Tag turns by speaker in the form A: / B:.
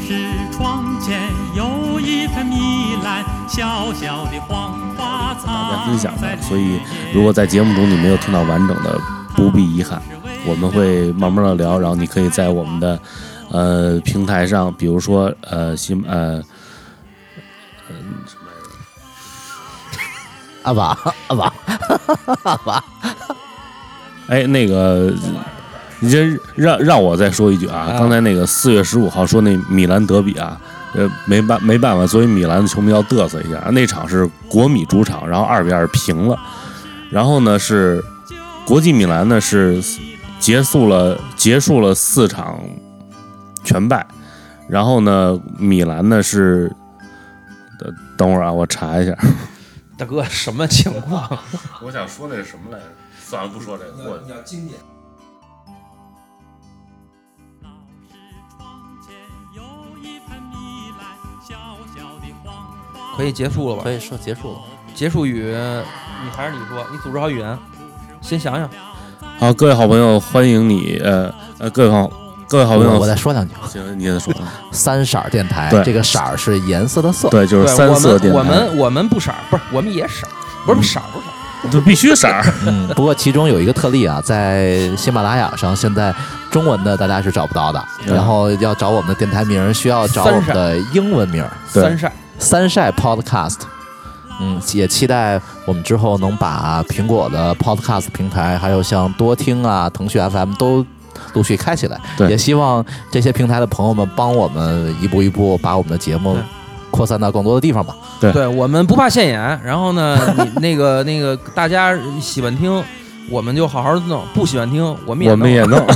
A: 是窗前有一盆糜烂，小小的黄花
B: 大家
A: 藏
B: 分享
A: 在
B: 的，
A: 绿
B: 所以
A: 叶
B: 如果在节目中你没有听到完整的，不必遗憾，我们会慢慢的聊，然后你可以在我们的呃平台上，比如说呃新呃
C: 阿瓦阿瓦，
B: 哎那个。你这让让我再说一句啊，刚才那个四月十五号说那米兰德比啊，呃，没办没办法，作为米兰的球迷要嘚瑟一下。那场是国米主场，然后二比二平了，然后呢是国际米兰呢是结束了结束了四场全败，然后呢米兰呢是，等等会儿啊，我查一下。
D: 大哥 什么情况？
B: 我想说那是什么来着？算了，不说这个，过去。
D: 可以结束了吧？
E: 可以说结束了。
D: 结束语，你还是你说，你组织好语言，先想想。
B: 好，各位好朋友，欢迎你，呃呃，各位好，各位好朋
C: 我我
B: 友，
C: 再说两句，啊
B: 行，你再说，
C: 三色儿电台
B: 对，
C: 这个色儿是颜色的色，
B: 对，就是
D: 对
B: 三色电台，
D: 我们我们我们不色儿，不是我们也色儿，不是色儿不是色儿。
B: 就必须色儿，
C: 嗯，不过其中有一个特例啊，在喜马拉雅上，现在中文的大家是找不到的，
B: 嗯
C: 然后要找我们的电台名儿，需要找我们的英文名儿
B: 对
D: 三晒，
C: 三晒 Podcast。嗯，也期待我们之后能把苹果的 Podcast 平台，还有像多听啊、腾讯 FM 都陆续开起来。
B: 对
C: 也希望这些平台的朋友们帮我们一步一步把我们的节目
D: 对
C: 扩散到更多的地方吧。
D: 对我们不怕现眼。然后呢， 你那个那个大家喜欢听，我们就好好弄；不喜欢听，我们也
B: 我们也
D: 弄。
B: 弄，